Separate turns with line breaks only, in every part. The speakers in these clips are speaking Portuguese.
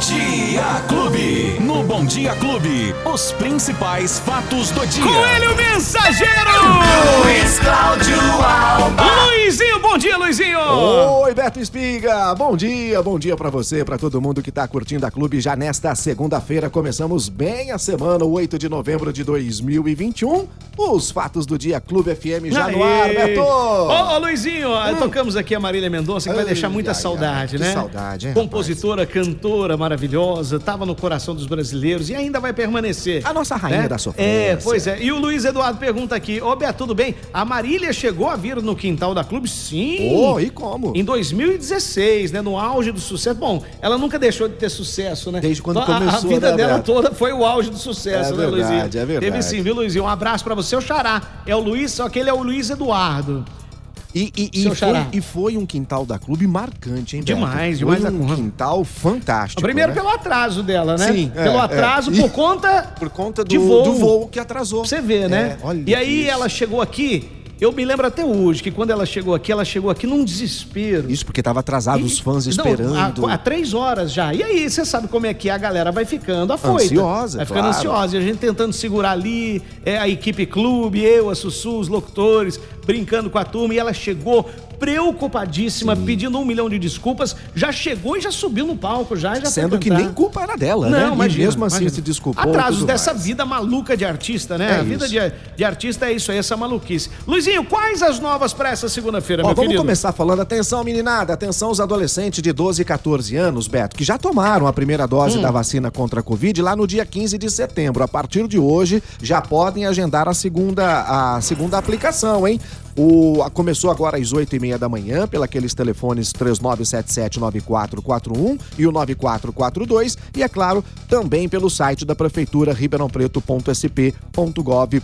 Dia Clube. No Bom Dia Clube, os principais fatos do dia.
Coelho Mensageiro!
Luiz Cláudio Alba.
Luizinho, bom dia, Luizinho!
Oi, Beto Espiga! Bom dia, bom dia pra você, pra todo mundo que tá curtindo a Clube já nesta segunda-feira. Começamos bem a semana, 8 de novembro de 2021. Os fatos do dia Clube FM já no ar,
Aê.
Beto! Hum.
Ô, ô, Luizinho, ó, tocamos aqui a Marília Mendonça, que vai
Ai,
deixar muita
ai,
saudade,
ai, que
né?
saudade, hein,
Compositora, cantora maravilhosa, tava no coração dos brasileiros e ainda vai permanecer.
A nossa rainha da sofrência.
É, pois é. E o Luiz Eduardo pergunta aqui, ô, Beto, tudo bem? A Marília chegou a vir no quintal da Clube? Sim!
Ô, e como?
Em 2016, né, no auge do sucesso. Bom, ela nunca deixou de ter sucesso, né?
Desde quando
Então, a- A
começou,
vida
né,
dela
Beto?
toda foi o auge do sucesso,
É
né,
verdade,
Luizinho?
é verdade.
Teve sim, viu, Luizinho? Um abraço pra você. O Xará é o Luiz, só que ele é o Luiz Eduardo.
E, e- e
Seu
foi,
xará.
e foi um quintal da Clube marcante, hein, Beto?
Demais,
Foi
demais da
um
Clube.
quintal fantástico,
Primeiro
né?
pelo atraso dela, né?
Sim, é,
pelo
é.
atraso
E-
por conta
Por conta do,
de voo.
do voo que atrasou.
Pra você ver, né?
É, olha
e aí
isso.
ela chegou aqui, eu me lembro até hoje que quando ela chegou aqui, ela chegou aqui num desespero.
Isso porque tava atrasado,
E-
os fãs
não,
esperando.
Há, há três horas já. E aí, você sabe como é que é, a galera vai ficando afoita.
Ansiosa,
Vai ficando
claro.
ansiosa. E a gente tentando segurar ali, é, a equipe clube, eu, a Sussu, os locutores, brincando com a turma. E ela chegou preocupadíssima, pedindo um milhão de desculpas. Já chegou e já subiu no palco, já. e já foi
Sendo que
cantar.
nem culpa era dela, né?
Não, mas
e mesmo assim se desculpou. e
Atrasos
tudo
dessa
mais.
vida maluca de artista, né?
É
a vida
isso.
de, de artista é isso aí, essa maluquice. Luizinho, quais as novas pra essa segunda-feira,
Ó,
meu
vamos
querido?
começar falando, atenção meninada, atenção os adolescentes de 12 e 14 anos, Beto, que já tomaram a primeira dose
Hum.
da vacina contra a Covid lá no dia 15 de setembro. A partir de hoje, já podem agendar a segunda, a segunda aplicação, hein? O, a- começou agora às 8 e meia da manhã, pelaqueles telefones 3977-9441 e o 9442, e é claro, também pelo site da prefeitura ribeirãopreto.sp.gov.br.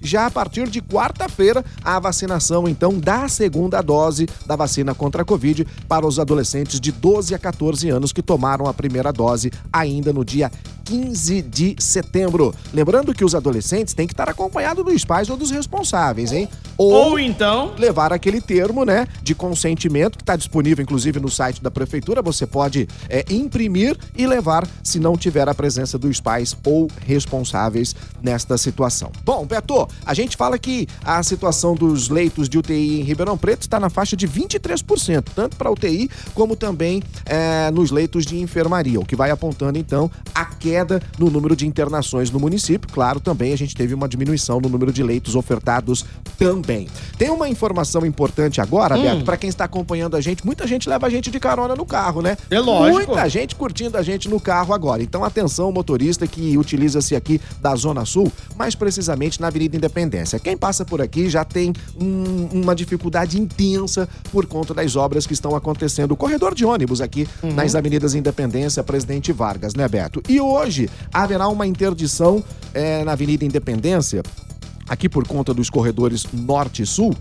Já a partir de quarta-feira, a vacinação então da segunda dose da vacina contra a Covid para os adolescentes de 12 a 14 anos que tomaram a primeira dose ainda no dia 15 de setembro. Lembrando que os adolescentes têm que estar acompanhados dos pais ou dos responsáveis, hein?
Ou então...
levar aquele termo, né, de consentimento que está disponível, inclusive, no site da prefeitura. Você pode é, imprimir e levar se não tiver a presença dos pais ou responsáveis nesta situação. Bom, Beto, a gente fala que a situação dos leitos de UTI em Ribeirão Preto está na faixa de 23%, tanto para UTI como também é, nos leitos de enfermaria, o que vai apontando então a queda no número de internações no município. Claro, também a gente teve uma diminuição no número de leitos ofertados também. Tem uma informação importante agora,
Hum.
Beto, para quem está acompanhando a gente, muita gente leva a gente de carona no carro, né?
É lógico.
Muita gente curtindo a gente no carro agora. Então, atenção, motorista que utiliza-se aqui da Zona Sul, mais precisamente na Avenida Independência. Quem passa por aqui já tem hum, uma dificuldade intensa por conta das obras que estão acontecendo. O corredor de ônibus aqui nas Avenidas Independência, Presidente Vargas, né, Beto? E hoje haverá uma interdição eh, na Avenida Independência aqui por conta dos corredores norte e sul,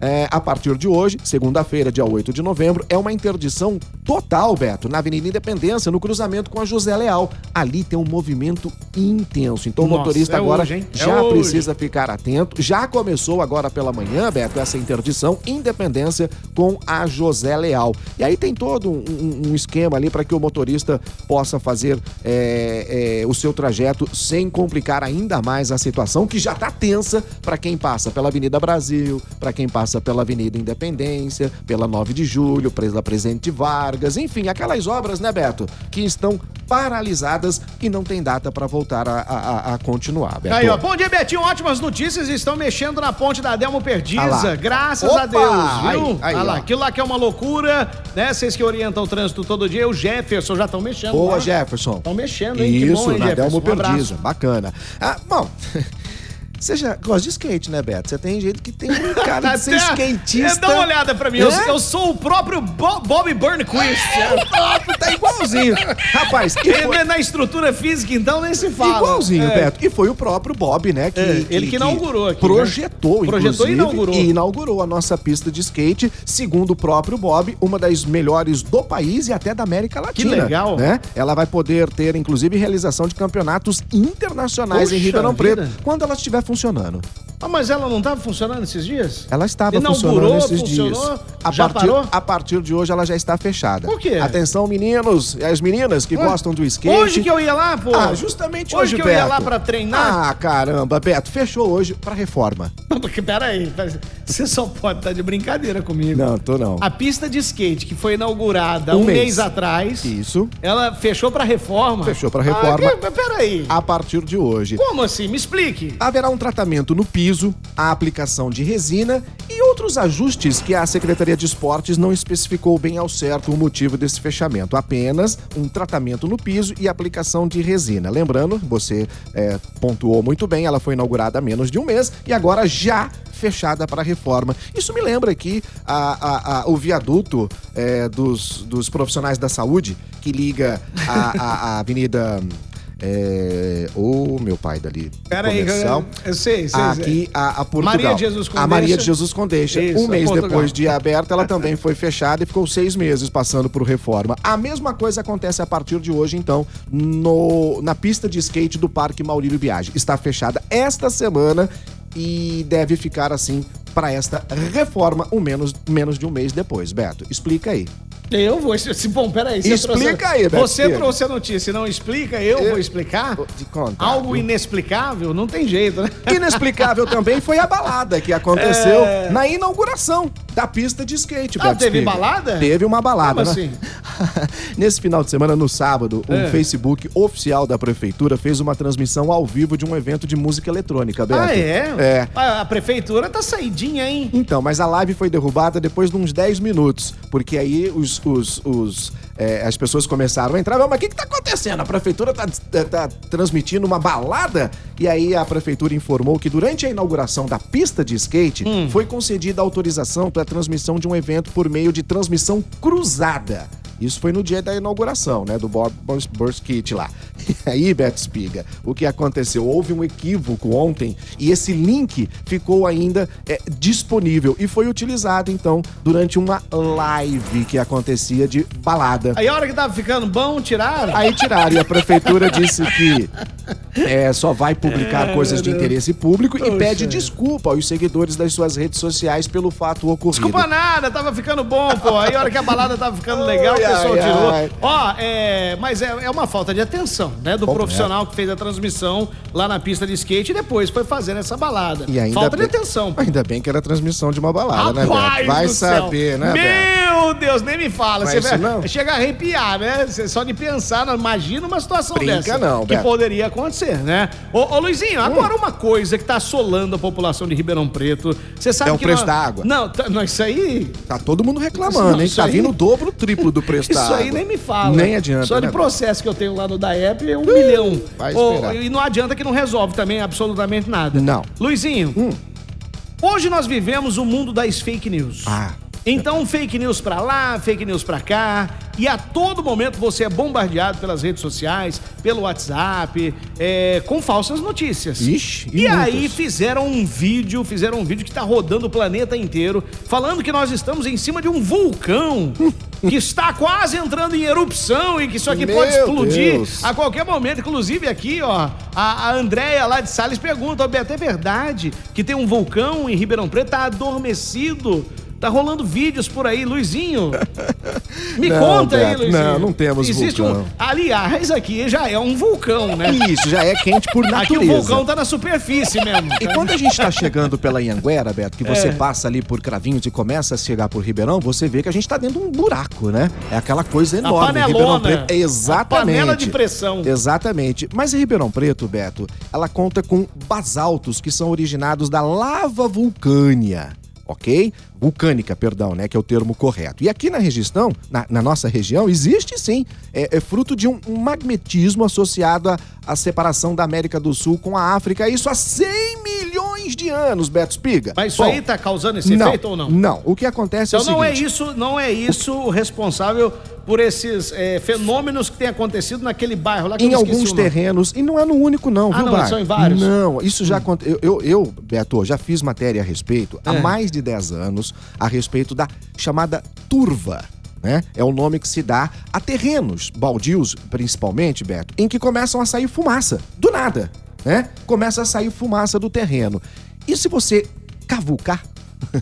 é, a partir de hoje, segunda-feira, dia 8 de novembro, é uma interdição total, Beto, na Avenida Independência, no cruzamento com a José Leal. Ali tem um movimento intenso. Então
Nossa,
o motorista
é
agora
hoje, hein? É
já
hoje.
precisa ficar atento. Já começou agora pela manhã, Beto, essa interdição Independência com a José Leal. E aí tem todo um, um- um esquema ali para que o motorista possa fazer é, é, o seu trajeto sem complicar ainda mais a situação, que já está tensa para quem passa pela Avenida Brasil, para quem passa pela Avenida Independência, pela 9 de Julho, pela Presidente Vargas, enfim, aquelas obras, né, Beto, que estão paralisadas e não tem data para voltar a, a- a- a continuar, Beto.
Aí, ó. Bom dia, Betinho. Ótimas notícias. Estão mexendo na ponte da Adelmo
Ah
Perdiza.
lá.
Graças
Opa!
a Deus, viu?
Aí, aí,
ah lá,
ó.
aquilo lá que é uma loucura, né? Vocês que orientam o trânsito todo dia, o Jefferson já estão mexendo.
Boa,
lá.
Jefferson.
Estão mexendo, Tá hein? Que
Isso,
bom, hein,
na Delmo
Jefferson? Um abraço.
Perdizo. Bacana. Ah, bom. Você já gosta de skate, né, Beto? Você tem jeito que tem um cara de ser
Até-
skatista.
É, Tá dá uma olhada pra mim. Eu,
É?
eu sou o próprio Bo Bob Burnquist. é
Tá igualzinho. Rapaz, e foi-
Na estrutura física, então, nem se fala.
Igualzinho,
É.
Beto. E foi o próprio Bob, né? Que,
É, ele que inaugurou aqui, né?
Projetou,
Projetou e
inclusive,
inaugurou.
E inaugurou a nossa pista de skate, segundo o próprio Bob, uma das melhores do país e até da América Latina.
legal.
Né? Ela vai poder ter, inclusive, realização de campeonatos internacionais em
Puxa
Ribeirão
vida.
Preto, quando ela estiver funcionando.
Ah, mas ela não estava funcionando esses dias?
Ela estava
Inaugurou,
funcionando esses dias.
funcionou,
A
já
partir,
parou?
a partir de hoje ela já está fechada.
Por quê?
Atenção, meninos e as meninas que gostam do skate.
Hoje que eu ia lá, pô.
Ah, justamente
hoje
hoje,
que eu
Beto.
ia lá pra treinar.
Ah, caramba, Beto, fechou hoje pra reforma.
Porque peraí, peraí, você só pode estar de brincadeira comigo.
Não, tô não.
A pista de skate que foi inaugurada
Um
um, mês.
mês
atrás,
Isso.
ela fechou pra reforma.
Fechou pra reforma.
Ah, que- peraí.
A partir de hoje.
Como assim? Me explique.
Haverá um tratamento no piso, a aplicação de resina e outros ajustes que a Secretaria de Esportes não especificou bem ao certo o motivo desse fechamento. Apenas um tratamento no piso e aplicação de resina. Lembrando, você é, pontuou muito bem, ela foi inaugurada há menos de um mês e agora já fechada para reforma. Isso me lembra que a- a- a- o viaduto é, dos, dos profissionais da saúde que liga a, a- a Avenida. É, ô, meu pai dali.
Peraí,
comercial, Ah,
eu, eu sei, sei. sei.
aqui a, a Portugal.
Maria de Jesus
A
Condeixa.
Maria de Jesus Condeixa.
Isso,
um
a
mês
Portugal.
depois de aberta, ela também foi fechada e ficou seis meses passando por reforma. A mesma coisa acontece a partir de hoje, então, no, na pista de skate do Parque Maurílio Biagi. Está fechada esta semana e deve ficar assim para esta reforma, um menos, menos de um mês depois. Beto, explica aí.
Eu vou. Se, bom, peraí. você
Explica
trouxe-
aí, Beto É.
Você
Filho.
trouxe a notícia, não explica, eu, vou explicar.
De conta.
Algo inexplicável? Não tem jeito, né?
Inexplicável também foi a balada que aconteceu na inauguração da pista de skate.
É. Ah,
Beto
teve
Espiga.
balada?
Teve uma balada.
Como assim?
né? Nesse final de semana, no sábado, um
É.
Facebook oficial da prefeitura fez uma transmissão ao vivo de um evento de música eletrônica, Beto.
Ah, é?
É.
A, a prefeitura tá saidinha, hein?
Então, mas a live foi derrubada depois de uns 10 minutos, porque aí os, os- os, é, as pessoas começaram a entrar. "Mas o que, que tá acontecendo? A prefeitura tá, é, tá transmitindo uma balada? E aí a prefeitura informou que durante a inauguração da pista de skate foi concedida autorização para a transmissão de um evento por meio de transmissão cruzada. Isso foi no dia da inauguração, né? Do Bob Burs- Burskit lá. E aí, Beto Espiga, o que aconteceu? Houve um equívoco ontem e esse link ficou ainda é, disponível e foi utilizado, então, durante uma live que acontecia de balada.
Aí a hora que tava ficando bom, tiraram.
Aí tiraram e a prefeitura disse que é, só vai publicar coisas de interesse público e
É, Poxa.
pede desculpa aos seguidores das suas redes sociais pelo fato ocorrido.
Desculpa nada, tava ficando bom, pô. Aí a hora que a balada tava ficando legal, o
Ai,
pessoal
ai,
tirou.
ai.
Ó, é, mas é, é uma falta de atenção, né? Do
Bom,
profissional que fez a transmissão lá na pista de skate e depois foi fazendo essa balada.
E ainda
falta
bem-
de atenção.
Ainda bem que era a transmissão de uma balada, né,
Rapaz
Beto? Vai
do céu.
saber, né, Beto?
Meu Deus, nem me fala.
Não é
Você
isso,
vai-
não?
chega a arrepiar, né? Você só de pensar, não- imagina uma situação
Brinca
dessa.
não,
que
Beto. Hum.
poderia acontecer, né? Ô, ô, Luizinho, agora uma coisa que tá assolando a população de Ribeirão Preto. Você sabe
É o
que
preço
nós-
da água.
Não, tá- não, isso aí.
Tá todo mundo
Não,
reclamando, hein?
isso
Tá
aí-
vindo o dobro, o triplo do preço da
Isso aí
água.
nem me fala.
Nem adianta.
Só de
né,
processo que eu tenho lá no DAEP é um milhão.
vai
Ô,
esperar.
e não adianta que não resolve também absolutamente nada.
Não. Hum.
Luizinho, hoje nós vivemos o mundo das fake news.
Ah.
Então, fake news pra lá, fake news pra cá. E a todo momento você é bombardeado pelas redes sociais, pelo WhatsApp, é, com falsas notícias.
Ixi,
e
e muitas.
aí fizeram um vídeo, fizeram um vídeo que tá rodando o planeta inteiro, falando que nós estamos em cima de um vulcão que está quase entrando em erupção e que isso aqui
Meu
pode explodir
Deus.
a qualquer momento. Inclusive aqui, ó, a, a Andréia lá de Salles pergunta, ó, Beto, é verdade que tem um vulcão em Ribeirão Preto, tá adormecido? Tá rolando vídeos por aí, Luizinho. Me
Não,
conta aí,
Beto,
Luizinho.
não, não temos vulcão.
Um, aliás, aqui já é um vulcão, né?
Isso, já é quente por
Aqui
natureza.
o vulcão tá na superfície mesmo.
E quando a gente tá chegando pela Ianguera, Beto, que
É.
você passa ali por Cravinhos e começa a chegar por Ribeirão, você vê que a gente tá dentro de um buraco, né? É aquela coisa enorme.
panelona.
Ribeirão Preto.
A
Exatamente.
panela de pressão.
Exatamente. Mas Ribeirão Preto, Beto, ela conta com basaltos que são originados da lava vulcânia. Ok? Vulcânica, perdão, né? Que é o termo correto. E aqui na região, na, na nossa região, existe sim. É, é fruto de um, um magnetismo associado à, à separação da América do Sul com a África. Isso há 100 milhões de anos, Beto Spiga.
Mas isso
Bom,
aí tá causando esse
não,
efeito ou não?
Não. O que acontece é o
Então
seguinte.
não é isso, não é isso o responsável por esses eh, fenômenos que têm acontecido naquele bairro lá que eu
em
me esqueci
alguns
o nome.
terrenos, e não é no único não,
Ah,
viu,
não,
Bar?
são em vários. Hum.
Não, isso já aconteceu. Eu, eu, eu, Beto, já fiz matéria a respeito
É.
há mais de 10 anos, a respeito da chamada turva. Né? É o nome que se dá a terrenos, baldios principalmente, Beto, em que começam a sair fumaça, do nada. Né? Começa a sair fumaça do terreno. E se você cavucar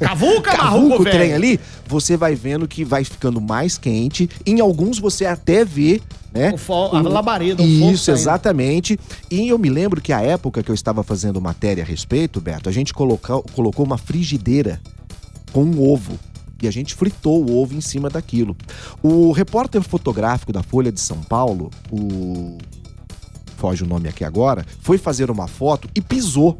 Cavuca,
cavuca
Marruco,
o trem
velho.
ali, você vai vendo que vai ficando mais quente. Em alguns você até vê, né?
O fo- a labareda, o fogo
Isso,
saindo.
exatamente. E eu me lembro que a época que eu estava fazendo matéria a respeito, Beto, a gente colocou, colocou uma frigideira com um ovo. E a gente fritou o ovo em cima daquilo. O repórter fotográfico da Folha de São Paulo, o. Foge o nome aqui agora, foi fazer uma foto e pisou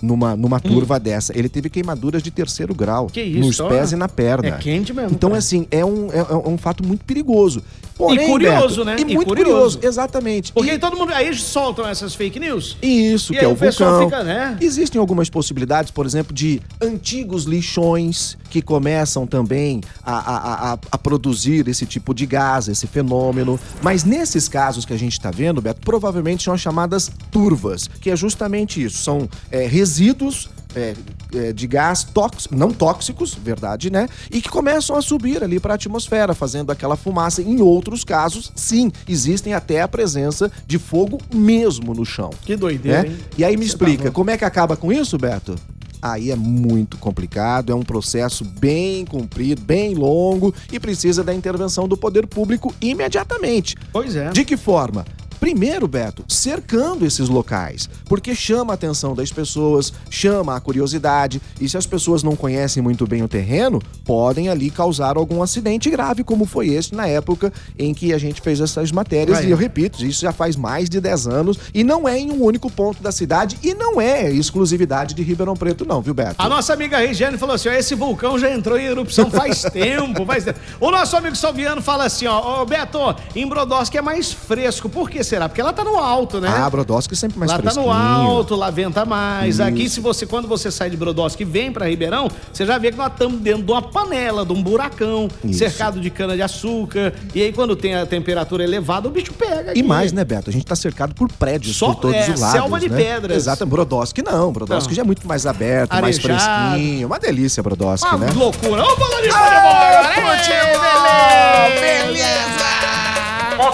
numa, numa turva dessa. Ele teve queimaduras de terceiro grau.
Hum. Que isso,
Nos
ó.
pés e na perna.
É quente mesmo,
Então,
cara.
assim, é um, é, é um fato muito perigoso. Porém,
curioso,
Beto,
né?
E,
E
muito curioso.
curioso.
exatamente.
Porque todo mundo. Aí eles soltam essas fake news.
E Isso,
E
que
aí
é o,
o pessoal
vulcão.
fica, né?
Existem algumas possibilidades, por exemplo, de antigos lixões que começam também a, a- a- a- a produzir esse tipo de gás, esse fenômeno. Mas nesses casos que a gente está vendo, Beto, provavelmente são as chamadas turvas, que é justamente isso. São é, resíduos. é, é, de gás tóxicos, não tóxicos, verdade, né? E que começam a subir ali para a atmosfera, fazendo aquela fumaça. Em outros casos, sim, existem até a presença de fogo mesmo no chão.
Que doideira,
Né?
hein?
E aí me
Você tá
explica,
louco.
como é que acaba com isso, Beto? Aí é muito complicado, é um processo bem comprido, bem longo e precisa da intervenção do poder público imediatamente.
Pois é.
Né? De que forma? Primeiro, Beto, cercando esses locais, porque chama a atenção das pessoas, chama a curiosidade, e se as pessoas não conhecem muito bem o terreno, podem ali causar algum acidente grave, como foi esse na época em que a gente fez essas matérias.
Aí.
E eu repito, isso já faz mais de 10 anos, e não é em um único ponto da cidade, e não é exclusividade de Ribeirão Preto, não, viu, Beto?
A nossa amiga Regiane falou assim: ó, esse vulcão já entrou em erupção faz tempo, faz tempo. O nosso amigo Salviano fala assim: ó, ô Beto, em Brodowski é mais fresco. Por que será? Porque ela tá no alto, né?
Ah, Brodowski sempre mais
lá tá
fresquinho.
no alto, lá venta mais. Aqui, se você, quando você sai de Brodowski e vem pra Ribeirão, você já vê que nós estamos dentro de uma panela, de um buracão,
Isso.
cercado de cana-de-açúcar. E aí, quando tem a temperatura elevada, o bicho pega.
E
aqui.
mais, né, Beto? A gente tá cercado por prédios
Só-
por todos
é,
os lados.
selva de
né?
pedras.
Exato. Brodowski não. Brodowski
Não.
já é muito mais aberto, mais
Arejado.
fresquinho. Uma delícia, Brodowski,
Uma
né?
loucura. Ô, bola de futebol!
Ah,
galera!
futebol,
Ei,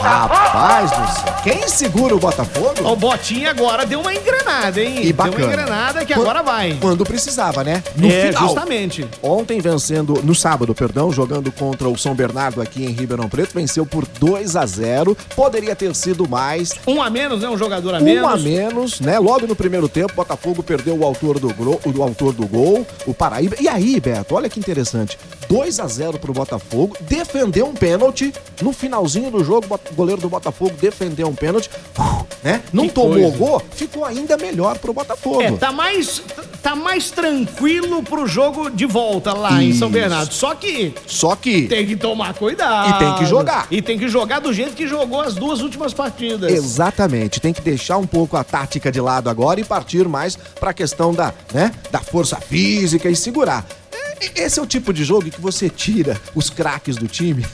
Rapaz do céu. Quem segura o Botafogo?
O Botinha agora deu uma engrenada, hein?
E bacana.
Deu uma engrenada que
Quan-
agora vai.
Quando precisava, né? No
é,
final.
justamente.
Ontem vencendo, no sábado, perdão, jogando contra o São Bernardo aqui em Ribeirão Preto, venceu por 2 a 0 Poderia ter sido mais,
Um a menos, né? Um jogador a menos.
Um a menos, né? Logo no primeiro tempo, o Botafogo perdeu o autor do, gro- o autor do gol, o Paraíba. E aí, Beto, olha que interessante. 2 a 0 pro Botafogo, defendeu um pênalti. No finalzinho do jogo, o bot- goleiro do Botafogo defendeu um pênalti, uf, né? Não
Que
tomou o
coisa.
gol, ficou ainda melhor pro Botafogo.
É, tá mais, tá mais tranquilo pro jogo de volta lá em São
Isso.
Bernardo. Só que
Só que.
tem que tomar cuidado.
E tem que jogar.
E tem que jogar do jeito que jogou as duas últimas partidas.
Exatamente, tem que deixar um pouco a tática de lado agora e partir mais pra questão da, né, da força física e segurar. É, Esse é o tipo de jogo que você tira os craques do time.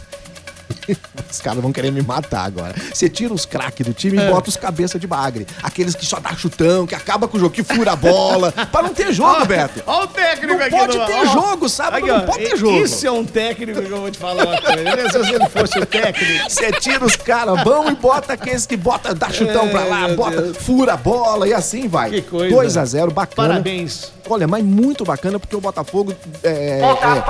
Os caras vão querer me matar agora. Você tira os craques do
É.
time e bota os cabeça de bagre. Aqueles que só dá chutão, que acaba com o jogo, que fura a bola. pra não ter jogo, Beto.
Olha o técnico
Não
aqui.
pode
do-
ter
ó.
jogo, sábado
Aqui,
não
ó,
pode ter jogo.
Isso é um técnico que eu vou te falar uma coisa. Se ele fosse o técnico...
Você tira os caras bom e bota aqueles que bota, dá chutão pra lá,
Ai, meu
bota,
Deus.
fura a bola e assim vai.
Que coisa.
2 a 0 bacana.
Parabéns.
Olha, mas muito bacana porque o Botafogo. é,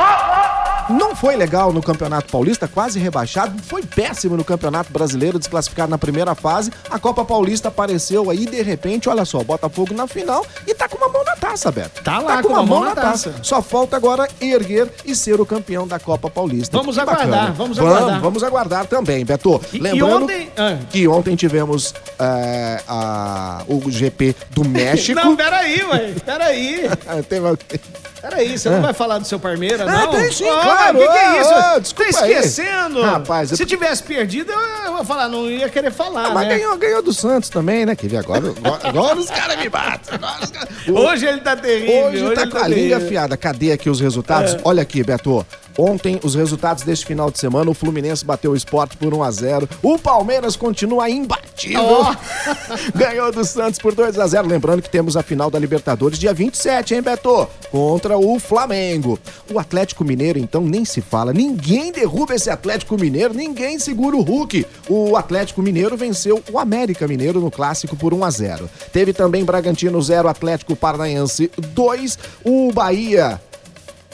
é, não foi legal no Campeonato Paulista, quase rebaixado. Foi péssimo no Campeonato Brasileiro, desclassificado na primeira fase. A Copa Paulista apareceu aí, de repente, olha só, Botafogo na final e tá com uma mão na taça, Beto.
Tá lá, com uma mão na taça.
Só falta agora erguer e ser o campeão da Copa Paulista.
Vamos
Que
aguardar,
bacana.
vamos aguardar.
Vamos, vamos aguardar também, Beto.
E- e
Lembrando
ontem- Ah.
que ontem tivemos é, a- o GP do México.
Não, peraí, ué. Peraí.
Ah, teve-
Peraí, você não vai falar do seu Parmeira,
Ah,
não?
tem sim,
Ah,
claro.
O que, que
Ah,
é isso?
ah, desculpa
tá
aí.
esquecendo.
Rapaz, eu-
Se tivesse perdido, eu, eu ia falar, não ia querer falar,
Ah, mas
né?
ganhou, ganhou do Santos também, né? Que vê agora, agora- agora os caras me batem. agora os caras-
Hoje ele tá É. terrível.
Hoje tá
ele
com a língua
terrível.
afiada. Cadê aqui os resultados? Olha aqui, Beto. Ontem, os resultados deste final de semana, o Fluminense bateu o esporte por 1 a 0 O Palmeiras continua imbatível. Ganhou do Santos por 2 a 0 Lembrando que temos a final da Libertadores dia 27, hein, Beto? Contra o Flamengo. O Atlético Mineiro, então, nem se fala. Ninguém derruba esse Atlético Mineiro, ninguém segura o Hulk. O Atlético Mineiro venceu o América Mineiro no clássico por 1 a 0 Teve também Bragantino 0, Atlético Paranaense 2. O Bahia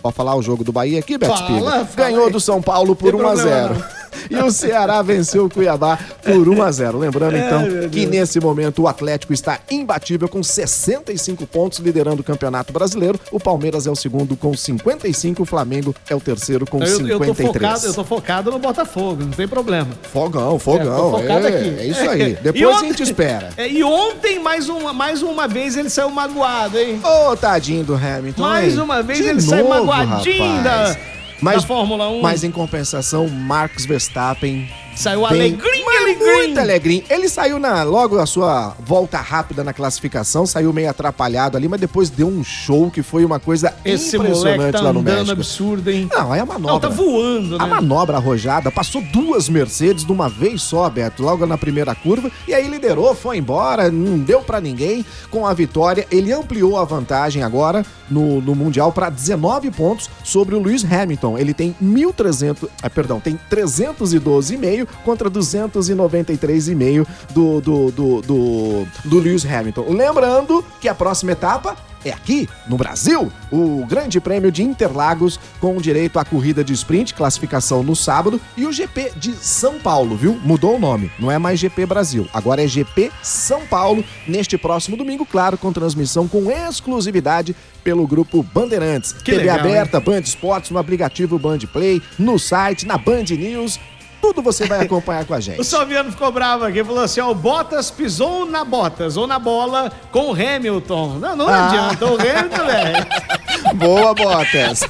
Pode falar o jogo do Bahia aqui, Beto
Fala,
Espiga?
fala
Ganhou
aí.
do São Paulo por
Tem
1 a
problema,
0 E o Ceará venceu o Cuiabá por 1 a 0 Lembrando, então,
meu
que nesse momento o Atlético está imbatível com 65 pontos, liderando o Campeonato Brasileiro. O Palmeiras é o segundo com 55, o Flamengo é o terceiro com
Eu, eu, tô
53.
focado, eu tô focado no Botafogo, não tem problema.
Fogão,
É,
fogão.
tô focado
É,
aqui.
é isso aí.
E
Depois a
ontem-
gente espera.
É, e ontem, mais uma, mais uma vez, ele saiu magoado, hein?
Ô, tadinho do Hamilton.
Mais
Então, hein?
uma vez
De
ele sai
novo,
magoadinho
rapaz.
da- da Fórmula 1.
Mas em compensação, Max Verstappen.
Saiu
bem-
alegrinho,
Mas é
alegrinho.
Muito alegrinho. Ele saiu na, logo a sua volta rápida na classificação, saiu meio atrapalhado ali, mas depois deu um show que foi uma coisa
Esse moleque
impressionante
tá
lá no
andando
México.
absurdo, hein?
Não, é a manobra.
Não, tá voando, né?
A manobra arrojada passou duas Mercedes de uma vez só, Beto, logo na primeira curva, e aí liderou, foi embora, não deu pra ninguém. Com a vitória, ele ampliou a vantagem agora no, no Mundial pra 19 pontos sobre o Lewis Hamilton. Ele tem 1.300, ah, perdão, tem 312,5 contra 293,5 do, do, do, do, do Lewis Hamilton. Lembrando que a próxima etapa é aqui, no Brasil, o Grande Prêmio de Interlagos, com direito à corrida de sprint, classificação no sábado, e o GP de São Paulo, viu? Mudou o nome, não é mais GP Brasil, agora é GP São Paulo, neste próximo domingo, claro, com transmissão com exclusividade pelo grupo Bandeirantes.
Que
TV
legal,
aberta, Band Esportes, no aplicativo Band Play, no site, na Band News, tudo você vai acompanhar com a gente.
O Salviano ficou bravo aqui, falou assim: ó, o Bottas pisou na Bottas ou na bola com o Hamilton. Não, não
Ah.
adianta, o Hamilton, né? velho.
Boa, Botas!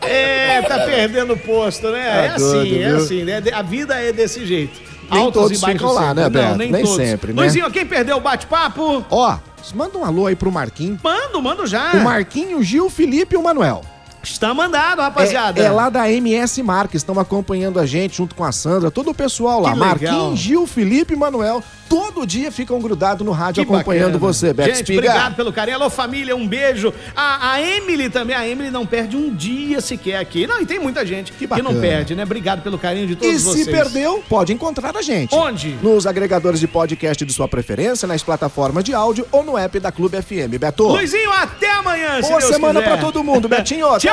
É, tá perdendo o posto, né? é
Tá
assim,
doido,
é
viu?
assim, né? A vida é desse jeito.
Nem todos
baixos
ficam lá,
sempre.
né, Beto?
Não, nem,
Nem
todos.
sempre, né?
Luizinho, quem perdeu o bate-papo?
Ó, manda um alô aí pro Marquinhos.
Mando, mando já.
O Marquinho, o Gil, o Felipe e o Manuel.
Está mandado,
É-
rapaziada.
É, lá da MS Marques, estão acompanhando a gente junto com a Sandra, todo o pessoal lá.
Que legal.
Marquinhos, Gil, Felipe e Manuel, todo dia ficam grudados no rádio acompanhando
bacana.
você, Beto
Gente,
Espiga.
obrigado pelo carinho. Alô, família, um beijo. A, a Emily também, a Emily não perde um dia sequer aqui. Não, e tem muita gente que,
bacana.
não perde, né? Obrigado pelo carinho de todos
E se
vocês.
perdeu, pode encontrar a gente.
Onde?
Nos agregadores de podcast de sua preferência, nas plataformas de áudio ou no app da Clube FM. Beto,
Luizinho, até amanhã, se
boa
Deus
semana
quiser.
pra todo mundo. Betinho, até
Tchau!